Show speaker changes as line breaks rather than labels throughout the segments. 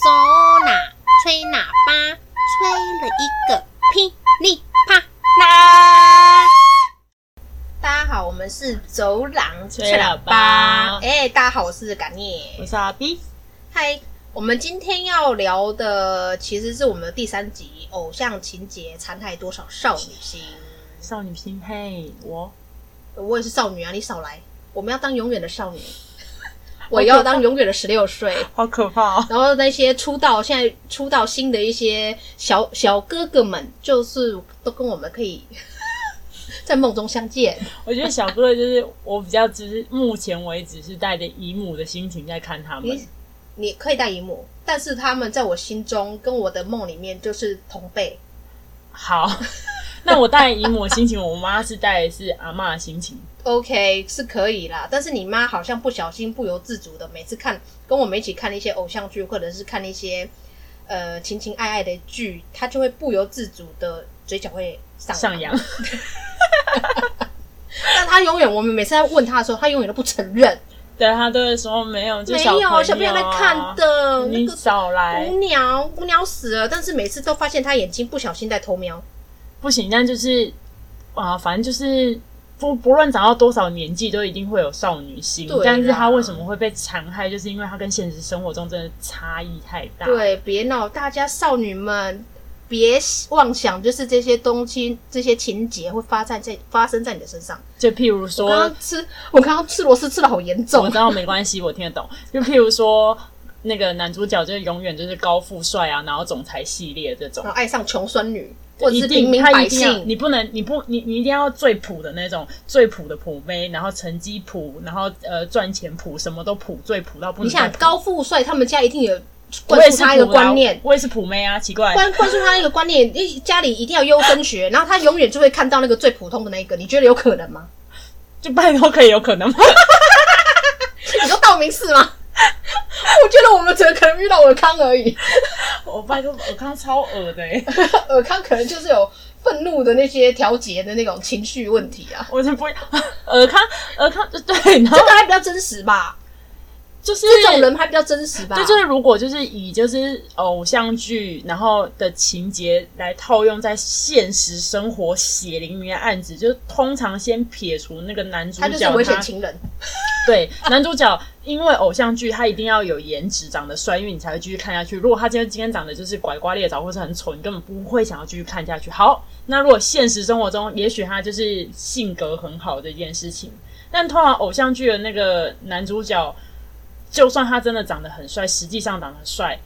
嗖呐，吹喇叭，吹了一个噼里啪啦。大家好，我们是走廊
吹喇叭
哎、大家好，我是感念
我。是阿 B，
嗨，我们今天要聊的其实是我们的第三集《偶像情节残害多少少女心
少女心嘿，我》。
我也是少女啊，你少来！我们要当永远的少 女，我要当永远的十六岁。
好可怕哦！
然后那些出道现在出道新的一些小小哥哥们，就是都跟我们可以 在梦中相见。
我觉得小哥哥就是我比较，只是目前为止是带着姨母的心情在看他们
你。你可以带荧幕，但是他们在我心中跟我的梦里面就是同辈。
好，那我带姨母的心情，我妈是带的是阿嬷的 心情。
OK，是可以啦，但是你妈好像不小心不由自主的，每次看跟我们一起看一些偶像剧，或者是看一些呃情情爱爱的剧，她就会不由自主的嘴角会上扬
上扬，
但她永远，我们每次在问她的时候，她永远都不承认。
对他都会说没有，就
没
小朋友、
有，
啊、
小朋友在看，的那
你
个
少来，
无聊，无聊死了。但是每次都发现他眼睛不小心在偷瞄，
不行，那就是啊，反正就是不不论长到多少年纪，都一定会有少女心
对啦。
但是她为什么会被残害，就是因为她跟现实生活中真的差异太大。，
对，别闹，大家少女们。别妄想，就是这些东西、这些情节会发在在发生在你的身上。
就譬如
我刚
说，
刚吃，我刚刚吃螺丝吃的好严
我
重
知。道没关系，我 听得懂。就譬如说，那个男主角就是永远就是高富帅啊，然后总裁系列这种
然。后爱上穷酸女，或者
一
是
定，
平民
他
百
一定要，
姓，
你不能，你不，你你一定要最普的那种，最普的普妹，然后成绩普，然后呃赚钱普，什么都普，最普到不
你
能再
想
普。
高富帅，他们家一定有
我
灌
也
输
是
他一个
普啦
观念，
我也是普妹啊，奇怪。
灌灌输他一个观念，一家里一定要优生学，然后他永远就会看到那个最普通的那一个。你觉得有可能吗？
就拜托可以有可能吗？
你说道明寺吗？ 我觉得我们只可能遇到尔康而已，
我拜托，我看到超恶的、欸，
尔康呃可能就是有愤怒的那些调节的那种情绪问题啊，
我就不尔康尔康对，然 后
这个还比较真实吧，
就是
这种人还比较真实吧，
对，就是如果就是以就是偶像剧然后的情节来套用在现实生活血淋淋的案子，就是通常先撇除那个男主
他
角
就是危险情人，
对，男主角因为偶像剧他一定要有颜值，长得帅，因为你才会继续看下去。如果他今天今天长得就是拐瓜裂枣或是很丑，你根本不会想要继续看下去。好，那如果现实生活中，也许他就是性格很好这件事情，但通常偶像剧的那个男主角，就算他真的长得很帅，实际上长得很帅，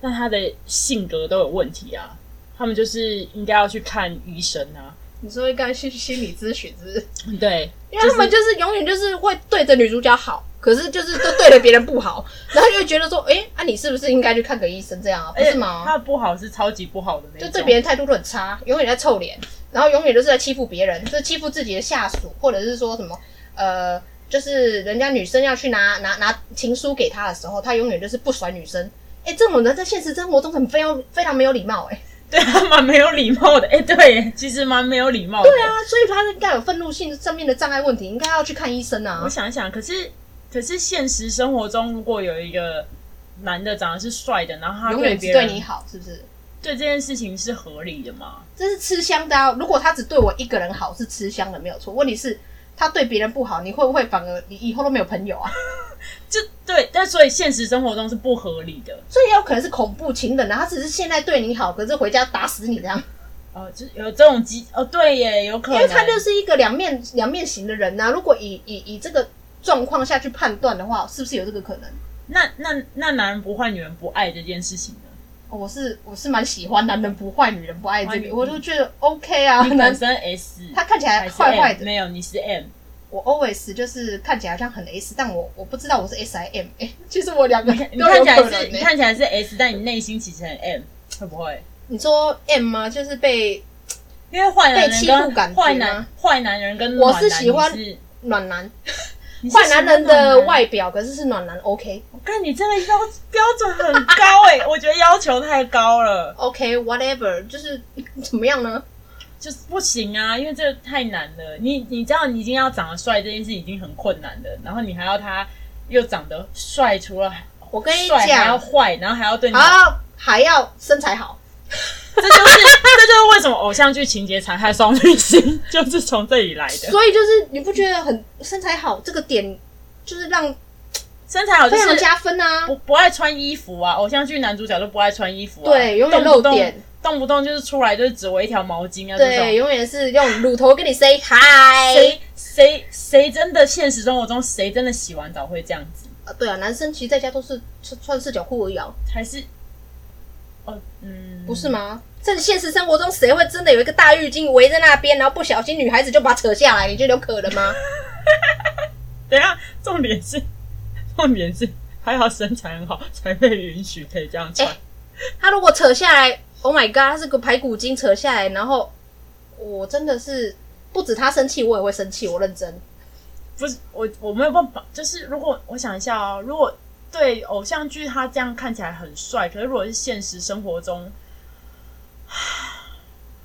但他的性格都有问题啊。他们就是应该要去看医生啊，
你说应该去心理咨询是不是？
对，
因为他们就是永远就是会对着女主角好，可是就是都对着别人不好，然后就会觉得说，哎、啊你是不是应该去看个医生这样啊？不是吗？
而且他的不好是超级不好的那
就
种，
对别人态度都很差，永远在臭脸，然后永远都是在欺负别人，就是欺负自己的下属，或者是说什么呃，就是人家女生要去拿拿拿情书给他的时候，他永远就是不甩女生。哎、这种人在现实生活中很非常非常没有礼貌哎、
对 他蛮没有礼貌的，哎、对耶，其实蛮没有礼貌的。
对啊，所以他应该有愤怒性上面的障碍问题，应该要去看医生啊
我。想一想，可是可是现实生活中，如果有一个男的长得是帅的，然后他
永远
对
只
别
对
人
你好，是不是？
对这件事情是合理的吗？
这是吃香的啊！如果他只对我一个人好，是吃香的没有错。问题是，他对别人不好，你会不会反而你以后都没有朋友啊？
就对，但所以现实生活中是不合理的。
所以有可能是恐怖情人啊，他只是现在对你好，可是回家打死你这样，
哦，就是有这种机哦，对耶，有可
因
能，
为他就是一个两面两面型的人呐、啊如果以以以这个状况下去判断的话，是不是有这个可能？
那那那男人不坏，女人不爱这件事情呢？
哦我是我是蛮喜欢男人不坏，女人不爱这
哎
个，我就觉得 OK 啊。
你
男
本身 S，
他看起来
还是
坏坏
M？
的，
没有，你是 M，
我 always 就是看起来好像很 S，但我我不知道我是 S 还 M，哎、 其实我两个
你看你
都有
看起
可能、
来是你
欸。
看起来是 S，但你内心其实很 M，会不会？
你说 M 吗？就是被
因为坏男
被
人
欺负感觉
跟
吗
坏男坏男人跟
我
暖
是
男
喜欢
你是
暖男，
你是
坏男人
喜欢
的
暖男，
外表，可是是暖男 OK。
我看你这个要标准很高哎、 我觉得要求太高了，
OK，whatever，、就是怎么样呢？
就是不行啊，因为这个太难了。你你知道，你已经要长得帅这件事已经很困难了，然后你还要他又长得帅，除了
我跟你
帅还要
讲，啊
坏，然后还要对你
然
好，
后还要身材好，
这就是这就是为什么偶像剧情节残害双女星 就是从这里来的。
所以就是你不觉得很身材好这个点，就是让
身材好就
非常
是
加分啊
不？不爱穿衣服啊，偶像剧男主角都不爱穿衣服、啊，
对永远
动不
露
动
点，
动不动就是出来就是只围一条毛巾啊这
对，
种。
永远是用乳头跟你 say hi。
谁谁谁真的现实生活中谁真的洗完澡会这样子？
啊对啊，男生其实在家都是穿穿四角裤而已啊，
还是哦嗯，
不是吗？在现实生活中，谁会真的有一个大浴巾围在那边，然后不小心女孩子就把它扯下来？你觉得有可能吗？
等一下，啊重点是，重点是还好身材很好才被允许可以这样穿。
哎他如果扯下来，Oh my god，他是个排骨精扯下来，然后我真的是不止他生气，我也会生气，我认真。
不是我，我没有办法，就是如果我想一下哦，如果对偶像剧他这样看起来很帅，可是如果是现实生活中，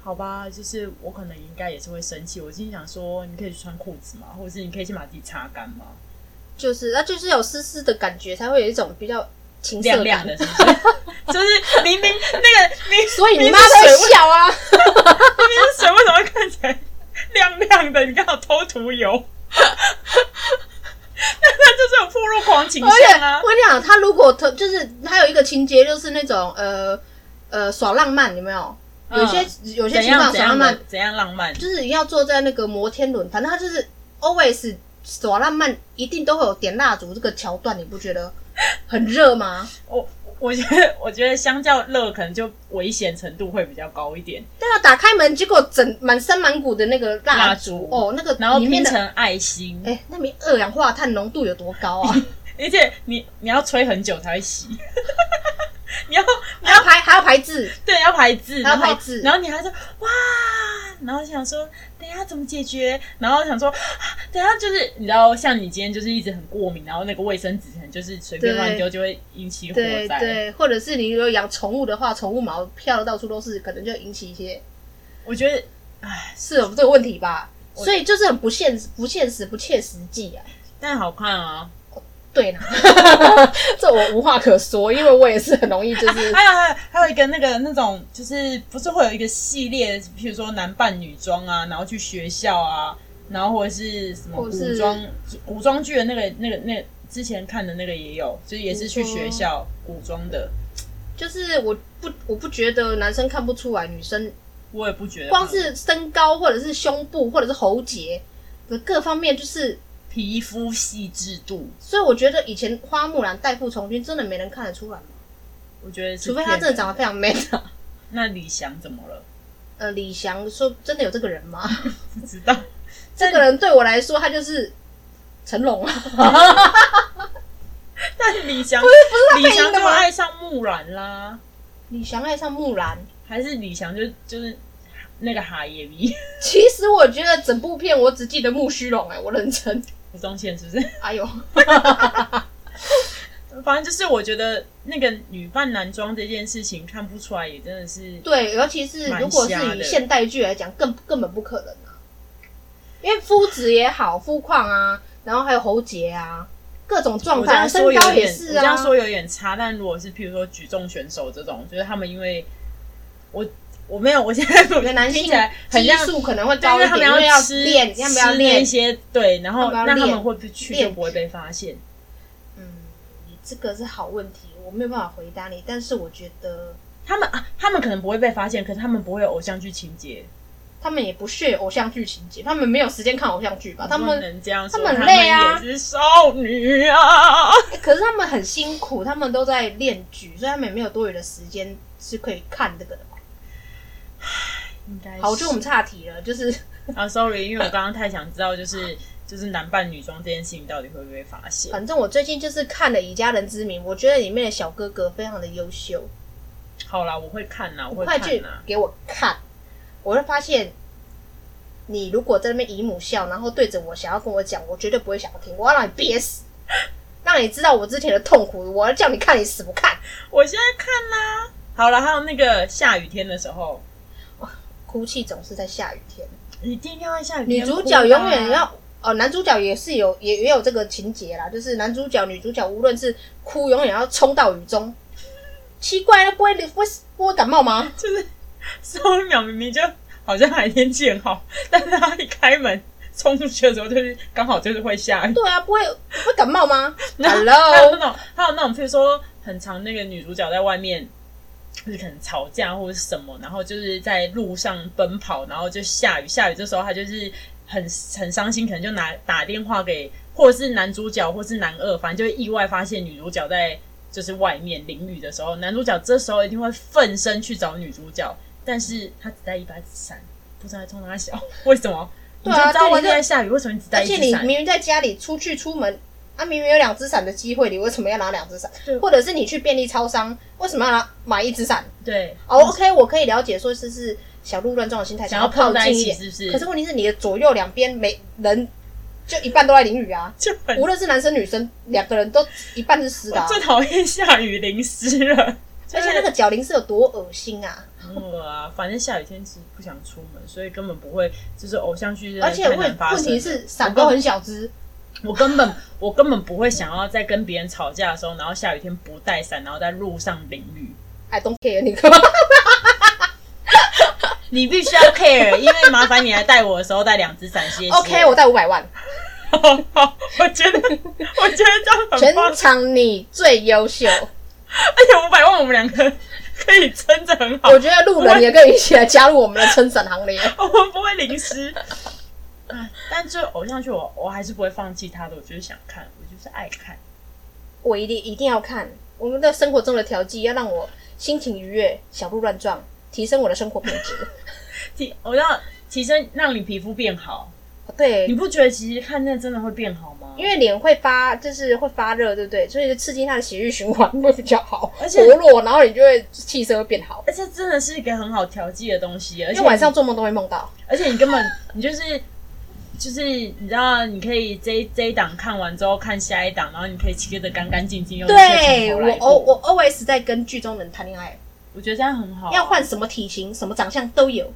好吧，就是我可能应该也是会生气。我心里想说，你可以去穿裤子嘛，或者是你可以先把自己擦干嘛，
就是啊，就是有湿湿的感觉，才会有一种比较情色感。
亮亮的，是不是？就是明明那个明，
所以你
明
妈
明
才
是水
会笑啊！
明明是水为什么会看起来亮亮的？你刚好偷涂油，那那就是有铺路狂倾
而且
向啊
我！跟你讲，他如果特就是还有一个情节，就是那种呃呃耍浪漫，有没有？有
嗯
些、有些
怎
情况耍
样怎样
浪漫
的，怎样浪漫？
就是一定要坐在那个摩天轮，反正他就是 always 耍浪漫，一定都会有点蜡烛这个桥段，你不觉得很热吗？
我我觉得我觉得相较热，可能就危险程度会比较高一点，
对啊，打开门，结果整满山满谷的那个蜡
蜡
烛
烛
哦，那个
然后
里面
拼
的
成爱心，
哎、那边二氧化碳浓度有多高 啊？
而且你你要吹很久才会洗， 你要
还要排还要排 字，
对要排字，
还要
然后
排字
然后你还说哇，然后想说等一下怎么解决，然后想说、啊等一下就是你知道像你今天就是一直很过敏，然后那个卫生纸可能就是随便
对
乱丢就会引起火
对
灾，
对，或者是你如果养宠物的话，宠物毛飘的到处都是，可能就引起一些
我觉得
是有这个问题吧。
我
所以就是很不现实、不现实、不切实际啊。
但好看啊。
对啦， 这我无话可说，因为我也是很容易就是
还有还有还有一个那个那种，就是不是会有一个系列，譬如说男扮女装啊，然后去学校啊，然后或者是什么
或是
古装古装剧的那个那个那个之前看的那个也有，就是也是去学校古装的，
就是我不我不觉得男生看不出来，女生
我也不觉得
光是身高或者是胸部或者是喉结的各方面，就是
皮肤细致度，
所以我觉得以前花木兰代父从军真的没人看得出来，
我觉得是
除非他
骗人
真的长得。非常 man 啊。
那李翔怎么了？
呃，李翔说真的有这个人吗？
不知道，
这个人对我来说，他就是成龙啊，
但李翔
不是他配
李
音
翔
的
就
吗？
爱上木兰啦，
李翔爱上木兰，
还是李翔就就是那个哈耶米
其实我觉得整部片我只记得木须龙，哎，我认 真，
吴宗宪是不是？
哎呦，
反正就是我觉得那个女扮男装这件事情看不出来，也真的是
对，尤其是
蛮
如果
瞎
是以
的
现代剧来讲，更根本不可能啊，因为肤质也好，肤况啊，然后还有喉结啊，各种状
我这
态，啊
样
身
说有
高也
点，
是
我这
啊
样，说有点差。但如果是譬如说举重选手这种，就是他们因为我我没有，我现在
我觉得男性
听起来很
激
像，
素可能会
但
高
是
一
他
点，
们
因为要
吃
练，要不要
吃那
练？
些对，然后
要不要
那他
练
们会不去
练
就不会被发现。
嗯，你这个是好问题，我没有办法回答你，但是我觉得
他们啊，他们可能不会被发现，可是他们不会有偶像剧情节，
他们也不屑偶像剧情节，他们没有时间看偶像剧吧？他
不
们
能这样说，
他们很累啊
他们也是少女啊。
哎可是他们很辛苦，他们都在练剧，所以他们也没有多余的时间是可以看这个的嘛。
应该
好，
哎是
就我们岔题了，就是
啊，sorry，因为我刚刚太想知道，就是就是男扮女装这件事情到底会不会被发现？
反正我最近就是看了《以家人之名》，我觉得里面的小哥哥非常的优秀，
好啦，我会看啦，我会
快
看啊
去
啦。
给我看，我会发现。你如果在那边姨母笑，然后对着我想要跟我讲，我绝对不会想要听，我要让你憋死，让你知道我之前的痛苦，我要叫你看，你死不看，
我现在看啦。好了，还有那个下雨天的时候，
哭泣总是在下雨天。
一定要在下雨
女
天哭
主
啦。
角永远要呃，男主角也是有也也有这个情节啦，就是男主角、女主角无论是哭，永远要冲到雨中。奇怪，那不会不会不会感冒吗？
就是宋一淼明明就好像海天气很好，但是他一开门冲出去的时候，就是刚好就是会下雨。
对啊，不会不会感冒吗
还有那
？Hello，
种，还有那种，譬如说，很常那个女主角在外面，就是可能吵架或者是什么，然后就是在路上奔跑，然后就下雨，下雨这时候她就是很很伤心，可能就拿打电话给或者是男主角或是男二，反正就会意外发现女主角在就是外面淋雨的时候，男主角这时候一定会奋身去找女主角，但是他只带一把伞，不知道在冲哪小，为什么？
对啊
你就知道
对
外面
就嗯
在下雨，为什么你只带
而
一
且
只
你
伞
明？明在家里出去出门，啊，明明有两只伞的机会，你为什么要拿两只伞
对？
或者是你去便利超商，为什么要拿买一只伞？
对，
哦、o k 我可以了解，说是是小鹿乱撞的心态，
嗯想
想
要
靠
碰在一
近一
起
点。
是不是？
可是问题是，你的左右两边没人，就一半都在淋雨啊。
就很
无论是男生女生，两个人都一半是湿的、啊
我，最讨厌下雨淋湿了，
而且那个脚淋是有多恶心啊！
很恶啊！反正下雨天其实不想出门，所以根本不会，就是偶像剧真的
而且
太难
问
发
问
生
题
了。
是伞都很小只，
我根本我根本不会想要在跟别人吵架的时候，然后下雨天不带伞，然后在路上淋雨。
哎，don't care 你干嘛？
你必须要 care，因 为麻烦你来带我的时候带两只伞，谢谢。
OK，我带五百万，
好好， 我觉得我觉得这样很
全
棒，
场你最优秀。
而且五百万我们两个可以撑着很好
我，觉得路人也可以一起来加入我们的撑伞行列。
我们不会淋湿。啊但这偶像剧我我还是不会放弃它的，我就是想看，我就是爱看。
我一定一定要看我们的生活中的调剂，要让我心情愉悦，小鹿乱撞，提升我的生活品 质。
提我要提升让你皮肤变好，你
对，
不觉得其实看那真的会变好吗？
因为脸会发，就是会发热，对不对？所以就刺激它的血液循环会比较好，
而且
活络，然后你就会气色会变好。
而且真的是一个很好调剂的东西，而
因
且
为晚上，做梦都会梦到，
而且你根本你就是就是你知道，你可以这一这一档看完之后看下一档，然后你可以切的干干净净，用一切
对
从头
我
来过
我我 always 在跟剧中人谈恋爱，
我觉得这样很好啊，
要换什么体型、什么长相都有，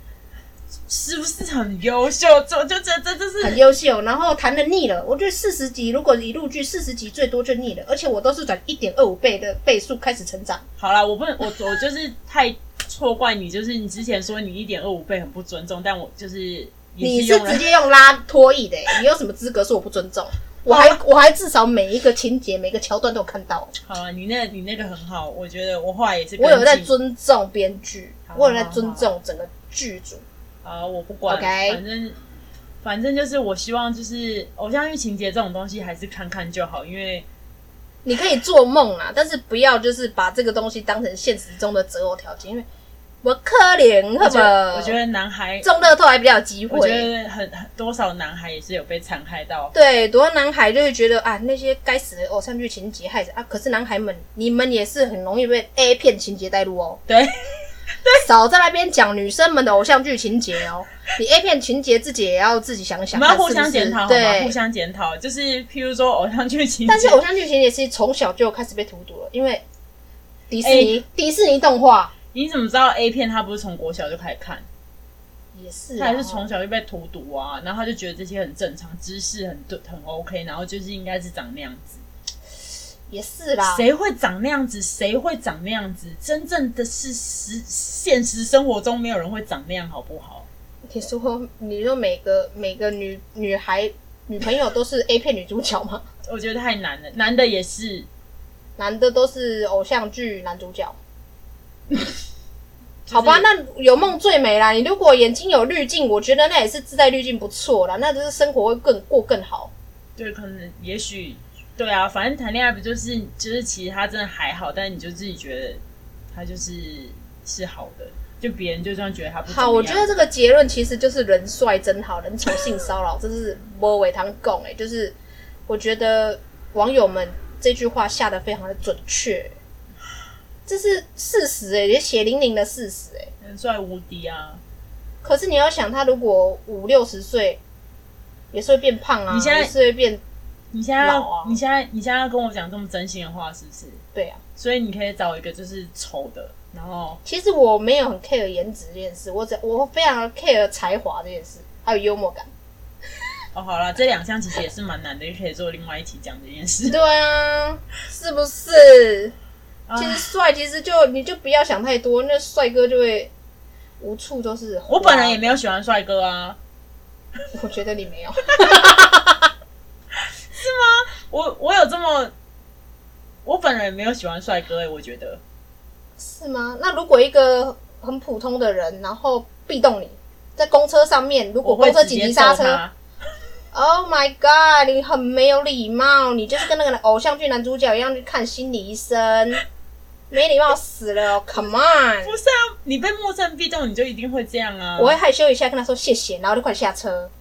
是不是很优秀？这我就觉得这这是
很优秀。然后谈的腻了，我觉得四十集如果一路剧四十集最多就腻了，而且我都是转一点二五倍的倍数开始成长。
好啦，我不能，我我就是太错怪你，就是你之前说你一点二五倍很不尊重，但我就是也
你
是
是
用了
直，接用拉脱衣的、欸你有什么资格说我不尊重？我还我还至少每一个情节、每个桥段都有看到，
好啦，你那你那个很好，我觉得我后来也是跟
我有在
进
尊重编剧
好，
我有在尊重整个剧组。
啊，我不管
OK
反正反正就是我希望就是偶像剧情节这种东西还是看看就好，因为
你可以做梦啊，但是不要就是把这个东西当成现实中的择偶条件，因为我可怜，
我
好不
觉得
好？
我觉得男孩，
中乐透还比较有机
我觉
会。
得很很多少男孩也是有被残害到，
对，多男孩就会觉得啊，那些该死的偶像剧情节害死啊！可是男孩们，你们也是很容易被 A 片情节带入哦。
对，
少在那边讲女生们的偶像剧情节哦。你 A 片情节自己也要自己想
我
想
们
看
要
是不
互
是，
相检讨，好吗？互
对。
相检讨，就是譬如说偶像剧情节，
但是偶像剧情节是从小就开始被荼毒了，因为迪士尼、
哎
迪士尼动画
你怎么知道 A 片他不是从国小就开始看？
也是、
他
啊，
也是从小就被荼毒啊，然后他就觉得这些很正常，知识很对，很 OK，然后就是应该是长那样子。
也是啦。
谁会长那样子？谁会长那样子？真正的是实现实生活中没有人会长那样，好不好？
你说，你说每个每个女女孩女朋友都是 A 片女主角吗？
我觉得太难了，男的也是，
男的都是偶像剧男主角。
就是
好吧，那有梦最美啦。你如果眼睛有滤镜，我觉得那也是自带滤镜不错
嗯
啦，那就是生活会更过更好。
对，可能也许对啊，反正谈恋爱不就是就是其实他真的还好，但你就自己觉得他就是是好的，就别人就这样觉得他不怎么
好，我
样
觉得这个结论其实就是人帅真好，人丑性骚扰，这是波伟堂讲哎，就是我觉得网友们这句话下的非常的准确，这是事实哎、也血淋淋的事实哎、
人帅无敌啊！
可是你要想，他如果五六十岁，也是会变胖啊，
你现在
也是会变
你现在要、
老啊
你现在你现在要跟我讲这么真心的话，是不是？
对啊。
所以你可以找一个就是丑的，然后
其实我没有很 care 颜值这件事，我只我非常 care 才华这件事，还有幽默感。
哦，好了，这两项其实也是蛮难的，也可以做另外一期讲这 件事。
对啊，是不是？
啊
其实帅，其实就你就不要想太多，那帅哥就会无处都是花。
我本人也没有喜欢帅哥啊，
我觉得你没有，
我我有这么，我本人也没有喜欢帅哥哎、我觉得
是吗？那如果一个很普通的人，然后壁咚你，在公车上面，如果
会
公车
直
紧
接
急
揍
刹车
他。
，Oh my god，你很没有礼貌，你就是跟那个偶像剧男主角一样去看心理医生，没礼貌死了哦，Come on！
不是啊，你被陌生人壁咚，你就一定会这样啊。
我会害羞一下，跟他说谢谢，然后就快下车，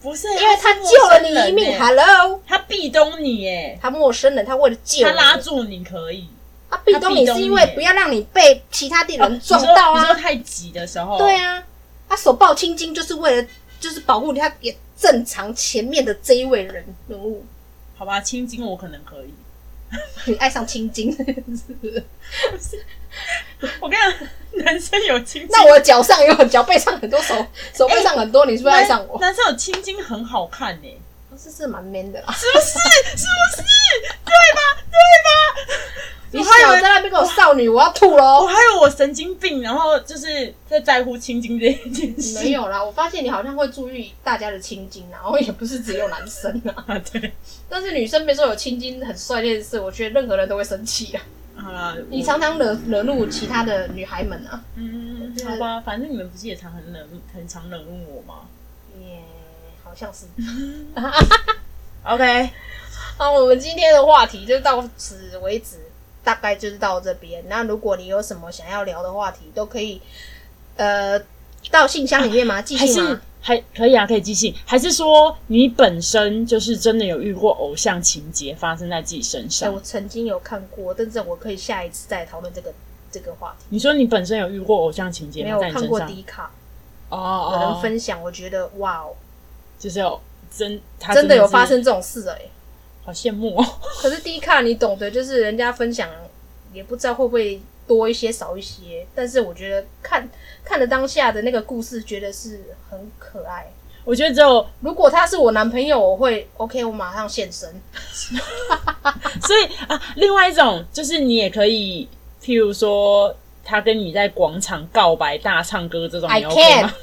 不是，
因为他
是
救
陌
了
生
你一
人
命。
欸
Hello，
他壁咚你哎、
他陌生人，他为了救
他
你
拉住你可以
啊，壁咚你是因为不要让你被其他地人撞到
欸哦你说你说
啊，
太急的时候，
对啊，他手抱青筋就是为了就是保护他也正常前面的这一位人人物，
好吧，青筋我可能可以。
你爱上青筋，
我跟你讲，男生有青筋，
那我脚上也有， 脚背上很多，手手背上很多，你是不是爱上我？
男男生有青筋很好看呢、
这是蛮 man 的啦，
是不是？是不是？对吧？对吧？
你
我
小
还以
在
为
那边给我少女，我要吐
我
喽。
哦还有我神经病，然后就是在在乎青筋这一件事。
没有啦，我发现你好像会注意大家的青筋啊，然后也不是只有男生啊，
啊，对，
但是女生别说有青筋很帅这件事，我觉得任何人都会生气啊。
好啦，
你
我
常常惹惹怒其他的女孩们啊。
嗯，好吧，反正你们不是也常很冷，很常冷落我吗
耶，好像是。
？OK，
好，我们今天的话题就到此为止，大概就是到这边。那如果你有什么想要聊的话题，都可以呃到信箱里面吗？寄
啊还
信
是
吗？
还可以啊，可以即兴。还是说你本身就是真的有遇过偶像情节发生在自己身
哎、
上？
我曾经有看过，但是我可以下一次再讨论这个这个话题。
你说你本身有遇过偶像情节
没
吗？
有
在你
看
身
过
上？
迪卡，
哦
有
哦，
人分享，我觉得哇哦，
就是有真，他
真的有
是
发，生这种事哎、
好羡慕哦。
可是低卡你懂的，就是人家分享，也不知道会不会多一些少一些。但是我觉得看看了当下的那个故事，觉得是很可爱。
我觉得只有，
如果他是我男朋友，我会 OK，我马上现身。
所以啊，另外一种就是你也可以，譬如说他跟你在广场告白、大唱歌这种，
I
你 OK 吗？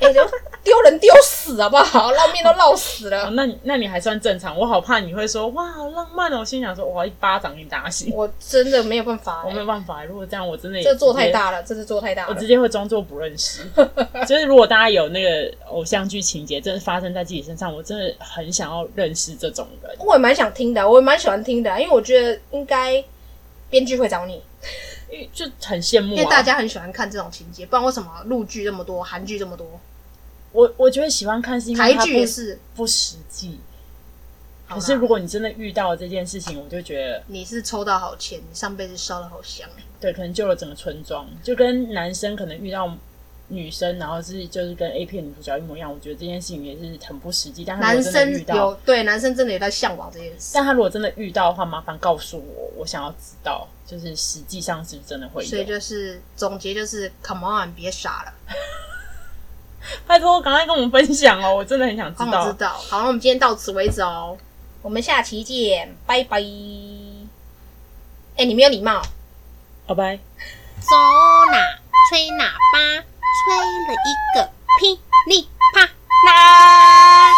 哎、就丢人丢死好不好？捞面都捞死
哦
了。
那你那你还算正常，我好怕你会说哇好浪漫哦，我心想说哇一巴掌给你 打醒，
我真的没有办法、
我没有
欸，
办法，如果这样我真的也
这做太
直接，
大了，这是做太大
我
了
直。接会装作不认 识。就是如果大家有那个偶像剧情节真的发生在自己身上，我真的很想要认识这种人。
我也蛮想听的，我也蛮喜欢听的，啊因为我觉得应该编剧会找你。
因为就很羡慕、
因
啊，
为大家很喜欢看这种情节，不然为什么陆剧这么多，韩剧这么多，
我我觉得喜欢看是因为
台
它
剧也
不
是。
不实际，
好
可
啦
是如果你真的遇到这件事情，我就觉得
你是抽到好钱，你上辈子烧的好香。
对，可能救了整个村庄，就跟男生可能遇到女生，然后是就是跟 A 片女主角一模一样，我觉得这件事情也是很不实际。但他如
男
果啊真的遇
生有
到，
对男生真的有在向往这件事，
但他如果真的遇到的话，麻烦告诉我，我想要知道，就是实际上是不是真的会
所以
有。
就是总结就是，Come on，别傻了，
拜托，赶快跟我们分享哦，我真的很想知
让
道。
我知道。好，那我们今天到此为止哦，我们下期见，拜拜。哎、你没有礼貌。
拜拜。
走哪吹喇叭，吹了一个噼里啪啦。